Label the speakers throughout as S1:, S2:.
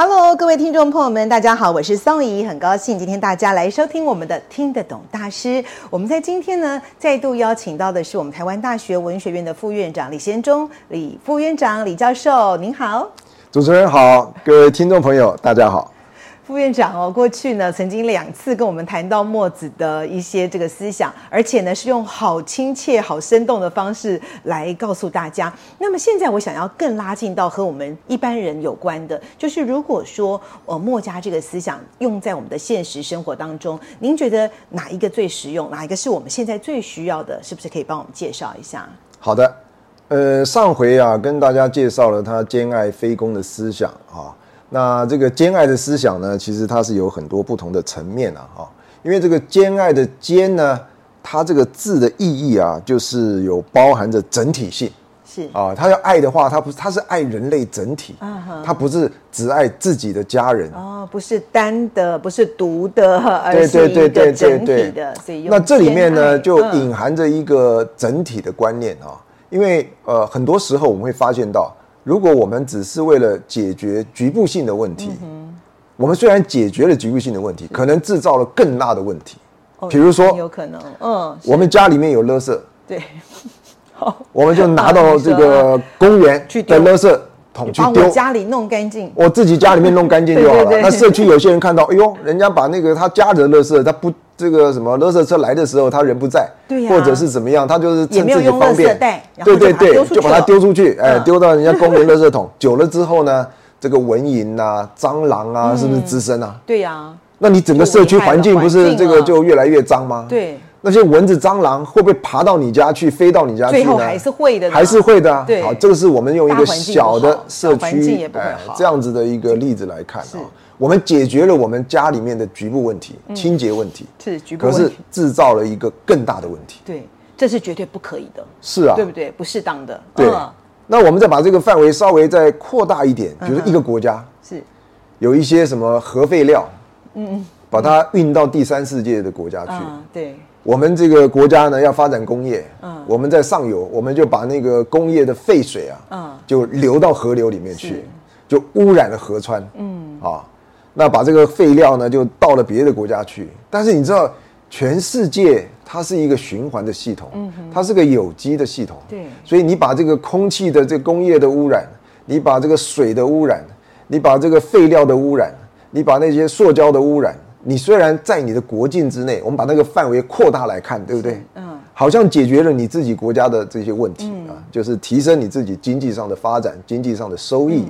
S1: Hello，各位听众朋友们，大家好，我是宋怡，很高兴今天大家来收听我们的《听得懂大师》。我们在今天呢，再度邀请到的是我们台湾大学文学院的副院长李贤忠，李副院长，李教授，您好。
S2: 主持人好，各位听众朋友，大家好。
S1: 副院长哦，过去呢曾经两次跟我们谈到墨子的一些这个思想，而且呢是用好亲切、好生动的方式来告诉大家。那么现在我想要更拉近到和我们一般人有关的，就是如果说呃墨家这个思想用在我们的现实生活当中，您觉得哪一个最实用？哪一个是我们现在最需要的？是不是可以帮我们介绍一下？
S2: 好的，呃，上回啊跟大家介绍了他兼爱非攻的思想啊。那这个兼爱的思想呢，其实它是有很多不同的层面啊，哈，因为这个兼爱的兼呢，它这个字的意义啊，就是有包含着整体性，
S1: 是
S2: 啊，他要爱的话，他不，他是爱人类整体，
S1: 嗯哼
S2: 他不是只爱自己的家人，
S1: 哦，不是单的，不是独的，而
S2: 对
S1: 是
S2: 对
S1: 一
S2: 对
S1: 个
S2: 对
S1: 整
S2: 对
S1: 体
S2: 对
S1: 的。所以用
S2: 那这里面
S1: 偏爱
S2: 呢，就
S1: 嗯
S2: 隐含着一个整体的观念啊，因为呃，很多时候我们会发现到，如果我们只是为了解决局部性的问题，
S1: 嗯
S2: 我们虽然解决了局部性的问题，可能制造了更大的问题。
S1: 哦
S2: 比如
S1: 很嗯有
S2: 说，
S1: 可能，嗯，
S2: 我们家里面有垃圾，
S1: 对，
S2: 我们就 拿到这个公园
S1: 啊去丢
S2: 的垃圾桶去
S1: 把我
S2: 丢。
S1: 家里弄干净，
S2: 我自己家里面弄干净就好了。
S1: 对对对
S2: 那社区有些人看到，哎呦，人家把那个他家里的垃圾，他不这个什么垃圾车来的时候，他人不在，
S1: 对呀
S2: 或者是怎么样，他就是
S1: 也
S2: 趁
S1: 没有
S2: 自己
S1: 用垃
S2: 方便
S1: 圾袋，然后
S2: 对对对，
S1: 就
S2: 就
S1: 把
S2: 把
S1: 它
S2: 它
S1: 丢
S2: 丢出去，哎，
S1: 嗯
S2: 丢到人家公园垃 圾桶。久了之后呢，这个蚊蝇啊、蟑螂啊，是不是滋生啊？
S1: 对呀、
S2: 那你整个社区环境
S1: 嗯
S2: 不
S1: 就危
S2: 是
S1: 害
S2: 这
S1: 了
S2: 个就越来越脏吗？
S1: 对，
S2: 那些蚊子、蟑螂会不会爬到你家去，飞到你家去呢？
S1: 最后还是会的呢
S2: 还是会的啊。
S1: 对
S2: 好，这个是我们用一
S1: 大
S2: 个
S1: 环境不好
S2: 小的社
S1: 小环境也
S2: 区哎
S1: 不会好
S2: 这样子的一个例子来看啊，我们解决了我们家里面的局部问题、清洁问题，
S1: 是嗯局部
S2: 可
S1: 问
S2: 是
S1: 题，
S2: 制造了一个更大的问题。
S1: 对，这是绝对不可以的，
S2: 是啊，
S1: 对不对？不适当的，
S2: 对
S1: 嗯、
S2: 那我们再把这个范围稍微再扩大一点，比如说一个国家
S1: 是
S2: 有一些什么核废料，嗯，把它运到第三世界的国家去，
S1: 嗯，对，
S2: 我们这个国家呢要发展工业，
S1: 嗯
S2: 我们在上游，我们就把那个工业的废水啊，
S1: 嗯
S2: 就流到河流里面
S1: 是
S2: 去，就污染了河川，嗯，啊，那把这个废料呢就到了别的国家去。但是你知道，全世界它是一个循环的系统，它是个有机的系统，
S1: 嗯对
S2: 所以你把这个空气的这个工业的污染，你把这个水的污染，你把这个废料的污染，你把那些塑胶的污染，你虽然在你的国境之内，我们把那个范围扩大来看，对不对？
S1: 嗯，
S2: 好像解决了你自己国家的这些问题、啊，就是提升你自己经济上的发展、经济上的收益。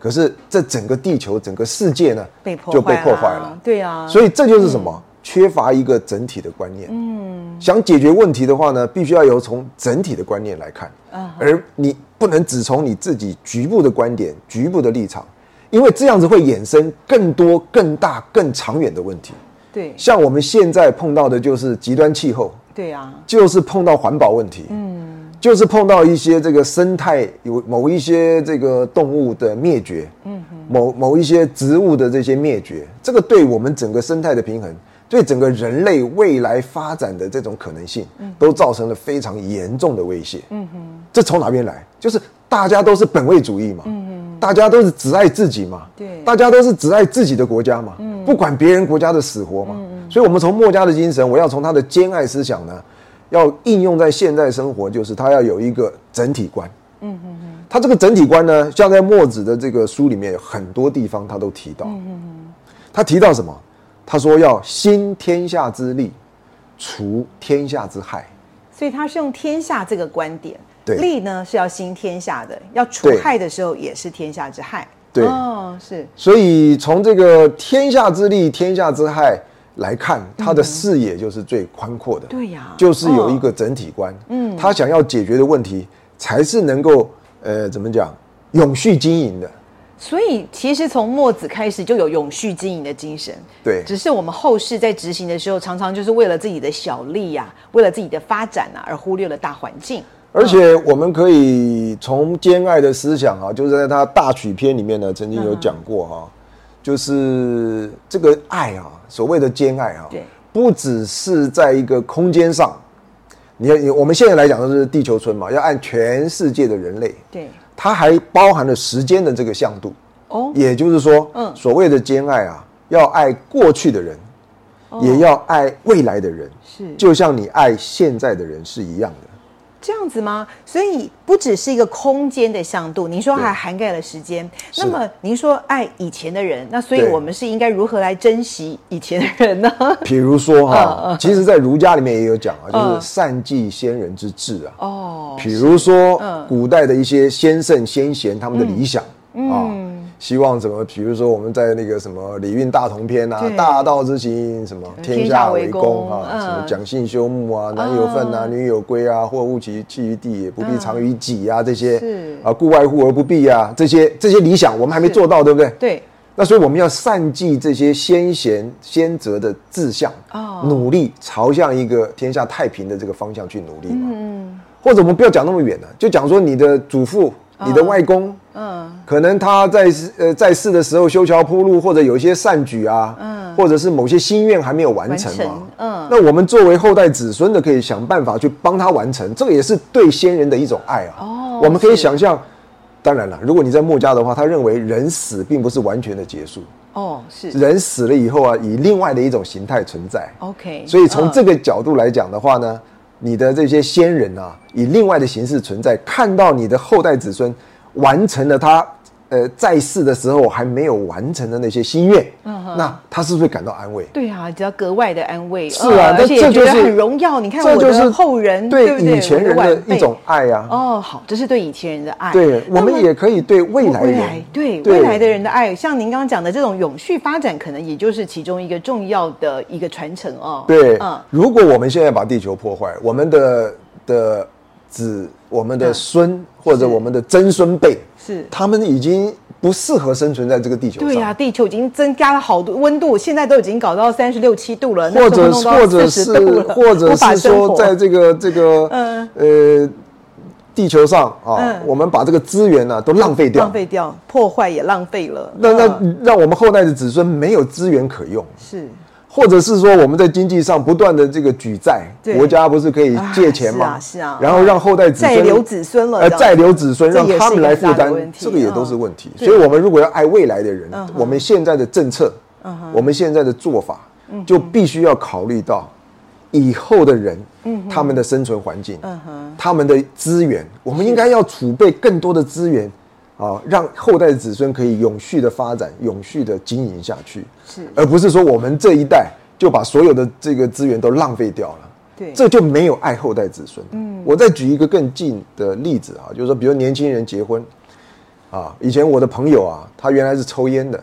S2: 可是这整个地球、整个世界呢，
S1: 嗯被破
S2: 就被破坏
S1: 啦
S2: 了。
S1: 对啊，
S2: 所以这就是什么？缺乏一个整体的观念。嗯，想解决问题的话呢，必须要由从整体的观念来看，而你不能只从你自己局部的观点、局部的立场，因为这样子会衍生更多、更大、更长远的问题。
S1: 对
S2: 像我们现在碰到的就是极端气候，
S1: 对啊，
S2: 就是碰到环保问题，嗯，就是碰到一些这个生态有某一些这个动物的灭绝，嗯，某某一些植物的这些灭绝，这个对我们整个生态的平衡，对整个人类未来发展的这种可能性，都造成了非常严重的威胁，嗯哼，这从哪边来？就是大家都是本位主义嘛，嗯大家都是只爱自己嘛，
S1: 对
S2: 大家都是只爱自己的国家嘛，不管别人国家的死活嘛。所以，我们从墨家的精神，我要从他的兼爱思想呢，要应用在现代生活，就是他要有一个整体观。他这个整体观呢，像在墨子的这个书里面，有很多地方他都提到。他提到什么？他说要兴天下之利，除天下之害。
S1: 所以他是用天下这个观点，
S2: 对
S1: 利呢是要兴天下的，要除
S2: 对
S1: 害的时候也是天下之害，
S2: 对
S1: 哦，是
S2: 所以从这个天下之利、天下之害来看，他的视野就是最宽阔的。
S1: 对呀
S2: 就是有一个整体观。嗯，他想要解决的问题才是能够呃怎么讲永续经营的。
S1: 所以其实从墨子开始就有永续经营的精神，
S2: 对
S1: 只是我们后世在执行的时候，常常就是为了自己的小利呀、为了自己的发展啊，而忽略了大环境。
S2: 而且我们可以从兼爱的思想啊，就是在他大曲篇里面呢，曾经有讲过
S1: 嗯
S2: 哈、就是这个爱啊，所谓的兼爱啊，
S1: 对，
S2: 不只是在一个空间上，你看，你我们现在来讲都是地球村嘛，要按全世界的人类，
S1: 对，
S2: 它还包含了时间的这个向度，
S1: 哦，
S2: 也就是说，
S1: 嗯
S2: 所谓的兼爱啊，要爱过去的人，也要爱未来的人，
S1: 哦是
S2: 就像你爱现在的人是一样的。
S1: 这样子吗？所以不只是一个空间的向度，您说
S2: 对
S1: 还涵盖了时间。那
S2: 是
S1: 么您说爱以前的人，那所以
S2: 对
S1: 我们是应该如何来珍惜以前的 人呢？
S2: 比如说哈、
S1: 嗯嗯
S2: 其实，在儒家里面也有讲啊，就
S1: 嗯
S2: 是善继先人之志啊。
S1: 哦，嗯
S2: 比如说，古代的一些先圣先贤他们的理想
S1: 嗯
S2: 啊，希望怎么，比如说我们在那个什么《礼运大同篇》啊
S1: 对，
S2: 大道之行什么天下为公啊，
S1: 天下为公嗯哦
S2: 什么讲信修木啊，男有分啊，女有归啊，或物其弃于地也，不必长于己啊，这些
S1: 是
S2: 啊，故外乎而不避啊，这些这些理想我们还没做到，对不对？
S1: 对，
S2: 那所以我们要善记这些先贤先哲的志向，
S1: 哦
S2: 努力朝向一个天下太平的这个方向去努力嘛。或者我们不要讲那么远了、啊就讲说你的祖父、你的外公，
S1: 哦嗯，
S2: 可能他在世呃在世的时候修桥铺路，或者有一些善举啊，嗯，或者是某些心愿还没有完成
S1: 完
S2: 嘛
S1: 成，嗯
S2: 那我们作为后代子孙的，可以想办法去帮他完成，这个也是对先人的一种爱啊。
S1: 哦
S2: 我们可以
S1: 是
S2: 想象，当然了，如果你在墨家的话，他认为人死并不是完全的结束，
S1: 哦，是
S2: 人死了以后啊，以另外的一种形态存在。
S1: ，OK。
S2: 所以从这个角度来讲的话呢，你的这些先人啊，以另外的形式存在，看到你的后代子孙完成了他呃在世的时候还没有完成的那些心愿，
S1: 嗯
S2: 那他是不是感到安慰？
S1: 对啊，只要格外的安慰，
S2: 是啊
S1: 呃
S2: 这
S1: 而且也
S2: 这
S1: 觉
S2: 就
S1: 得
S2: 是
S1: 很荣耀。你看
S2: 这
S1: 我
S2: 就是
S1: 的后人，
S2: 对
S1: 不对
S2: 以前人
S1: 我晚
S2: 的
S1: 辈
S2: 一种爱啊。
S1: 哦，好，这是对以前人的爱。
S2: 对，我
S1: 那
S2: 们
S1: 么
S2: 也可以对未来
S1: 未
S2: 人
S1: 来对未来的人的爱，像您刚刚讲的这种永续发展，可能也就是其中一个重要的一个传承哦。
S2: 对，
S1: 嗯，
S2: 如果我们现在把地球破坏，我们的的子、我
S1: 嗯
S2: 们的孙、或者我们的曾孙辈，
S1: 是
S2: 他们已经不适合生存在这个地球上。
S1: 对呀、地球已经增加了好多温度，现在都已经搞到三十六七度了，
S2: 或者
S1: 那时候弄
S2: 或
S1: 到
S2: 者
S1: 40
S2: 是
S1: 度了
S2: 或者
S1: 无法
S2: 是
S1: 生
S2: 说，
S1: 活
S2: 在这个这个
S1: 嗯
S2: 呃地球上啊，
S1: 嗯
S2: 我们把这个资源呢、都浪费掉
S1: 浪，费掉，破坏也浪费了。
S2: 那
S1: 嗯
S2: 那让我们后代的子孙没有资源可用。
S1: 是
S2: 或者是说我们在经济上不断的这个举债，
S1: 对
S2: 国家不是可以借钱吗？
S1: 啊是啊是啊
S2: 然后让后代子孙
S1: 再留子孙了
S2: 呃，
S1: 这样
S2: 再留子孙
S1: 这也
S2: 让
S1: 是
S2: 他们来负
S1: 一个很大
S2: 担
S1: 的问，题
S2: 这个也都是问题。
S1: 嗯
S2: 所以，我们如果要爱未来的人
S1: 嗯哼，嗯
S2: 我们现在的政策，我们现在的做法，就必须要考虑到以后的人，
S1: 嗯
S2: 他们的生存环境，他们的资源，我们应该要储备更多的资源。啊，让后代的子孙可以永续的发展，永续的经营下去。
S1: 是，
S2: 而不是说我们这一代就把所有的这个资源都浪费掉了。
S1: 对，
S2: 这就没有爱后代子孙。嗯，我再举一个更近的例子啊，就是说，比如年轻人结婚，啊，以前我的朋友啊，他原来是抽烟的，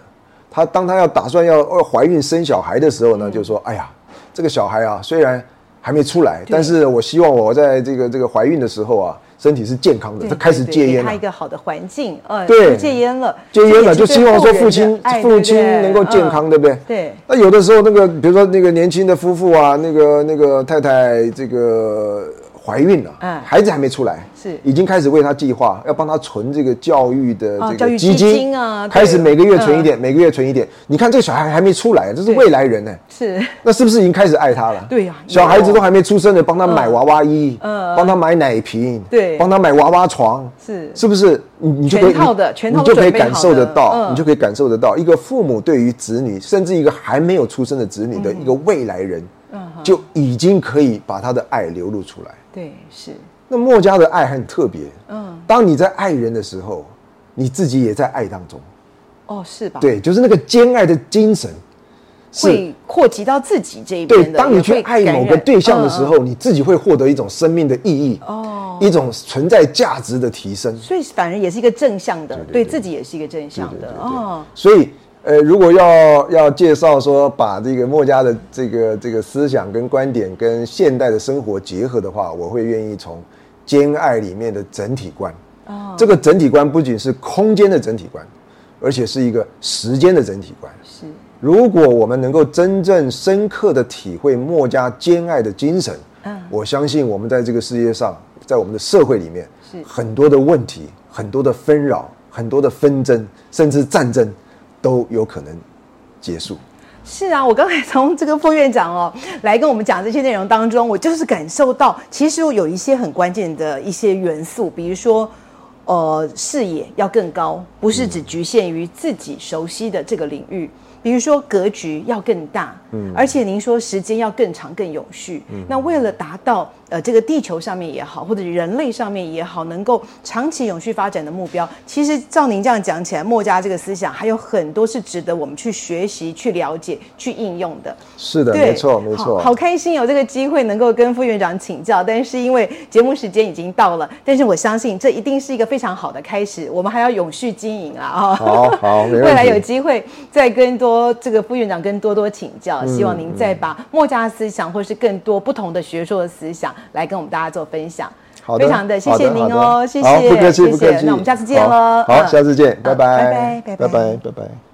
S2: 他当他要打算要要怀孕生小孩的时候呢，
S1: 嗯
S2: 就说：“哎呀，这个小孩啊，虽然还没出来，但是我希望我在这个这个怀孕的时候啊，身体是健康的。”
S1: 对
S2: 他开始
S1: 嗯对对
S2: 戒
S1: 给
S2: 烟
S1: 他
S2: 了
S1: 一。个好的环境，嗯，
S2: 对
S1: 不戒烟了，
S2: 戒烟了，
S1: 这也
S2: 就是希望说
S1: 对
S2: 父
S1: 后人
S2: 亲
S1: 的爱
S2: 父亲能够健康，，
S1: 对
S2: 对不对？
S1: 不对嗯对。
S2: 那有的时候，那个比如说那个年轻的夫妇啊，那个那个太太这个怀孕了，
S1: 嗯
S2: 孩子还没出来，
S1: 是
S2: 已经开始为他计划，要帮他存这个教育的
S1: 哦
S2: 这
S1: 教育
S2: 个
S1: 基
S2: 基
S1: 金啊对嗯
S2: 开始每个月存一点，每个月存一点。你看这个小孩还没出来，这是
S1: 对
S2: 未来人呢、
S1: 是
S2: 那是不是已经开始爱他了？
S1: 对呀
S2: 小孩子都还没出生呢，帮他买娃娃衣，
S1: 嗯
S2: 帮他买奶瓶，
S1: 对
S2: 帮他买娃娃床，
S1: 是
S2: 是不是？你你就可以
S1: 全套的全套
S2: 你
S1: 都
S2: 就可以
S1: 准备好的
S2: 感受得到，
S1: 嗯
S2: 你就可以感受得到一个父母对于子女，甚至一个还没有出生的子女的
S1: 嗯
S2: 一个未来人，就已经可以把他的爱流露出来。
S1: 对是
S2: 那墨家的爱很特别，
S1: 嗯
S2: 当你在爱人的时候，你自己也在爱当中，
S1: 哦是吧？，
S2: 对，就是那个兼爱的精神，是
S1: 会扩及到自己这一边
S2: 对，
S1: 的，
S2: 当你
S1: 也
S2: 去
S1: 会
S2: 爱
S1: 感
S2: 某个
S1: 染
S2: 对象的
S1: 嗯
S2: 时候，你自己会获得一种生命的意义，
S1: 哦
S2: 一种存在价值的提升。
S1: 所以反而也是一个正向的，对
S2: 对对
S1: 自己也是一个正向
S2: 对对
S1: 的
S2: 对
S1: 哦。
S2: 所以，呃，如果要要介绍说把这个墨家的这个这个思想跟观点跟现代的生活结合的话，我会愿意从兼爱里面的整体观。这个整体观不仅是空间的整体观，而且是一个时间的整体观。
S1: 是
S2: 如果我们能够真正深刻的体会墨家兼爱的精神，
S1: 嗯
S2: 我相信我们在这个世界上，在我们的社会里面
S1: 是，
S2: 很多的问题、很多的纷扰、很多的纷争，甚至战争，都有可能结束。
S1: 是啊，我刚才从这个副院长哦来跟我们讲这些内容当中，我就是感受到，其实有一些很关键的一些元素，比如说，呃，视野要更高，不是只局限于自己熟悉的这个领域。比如说格局要更大，嗯，而且您说时间要更长、更有序，嗯，那为了达到呃这个地球上面也好，或者人类上面也好，能够长期永续发展的目标，其实照您这样讲起来，墨家这个思想还有很多是值得我们去学习、去了解、去应用的。
S2: 是的，
S1: 对，
S2: 没错，没
S1: 好
S2: 错。
S1: 好开心有这个机会能够跟副院长请教，但是因为节目时间已经到了，但是我相信这一定是一个非常好的开始，我们还要永续经营啊！啊、
S2: 好好没问 题
S1: 未来有机会再跟多这个副院长跟多多请
S2: 嗯
S1: 教，希望您再把墨家的思想或是更多不同的学说的思想来跟我们大家做分享。
S2: 好的
S1: 非常的谢谢您
S2: 好
S1: 哦，
S2: 的
S1: 谢
S2: 好
S1: 谢，
S2: 不客气，
S1: 谢
S2: 不客
S1: 谢
S2: 气。
S1: 那我们下次见
S2: 好
S1: 喽，
S2: 好，
S1: 嗯
S2: 下次见，拜
S1: 好拜拜拜拜
S2: 拜拜，拜拜。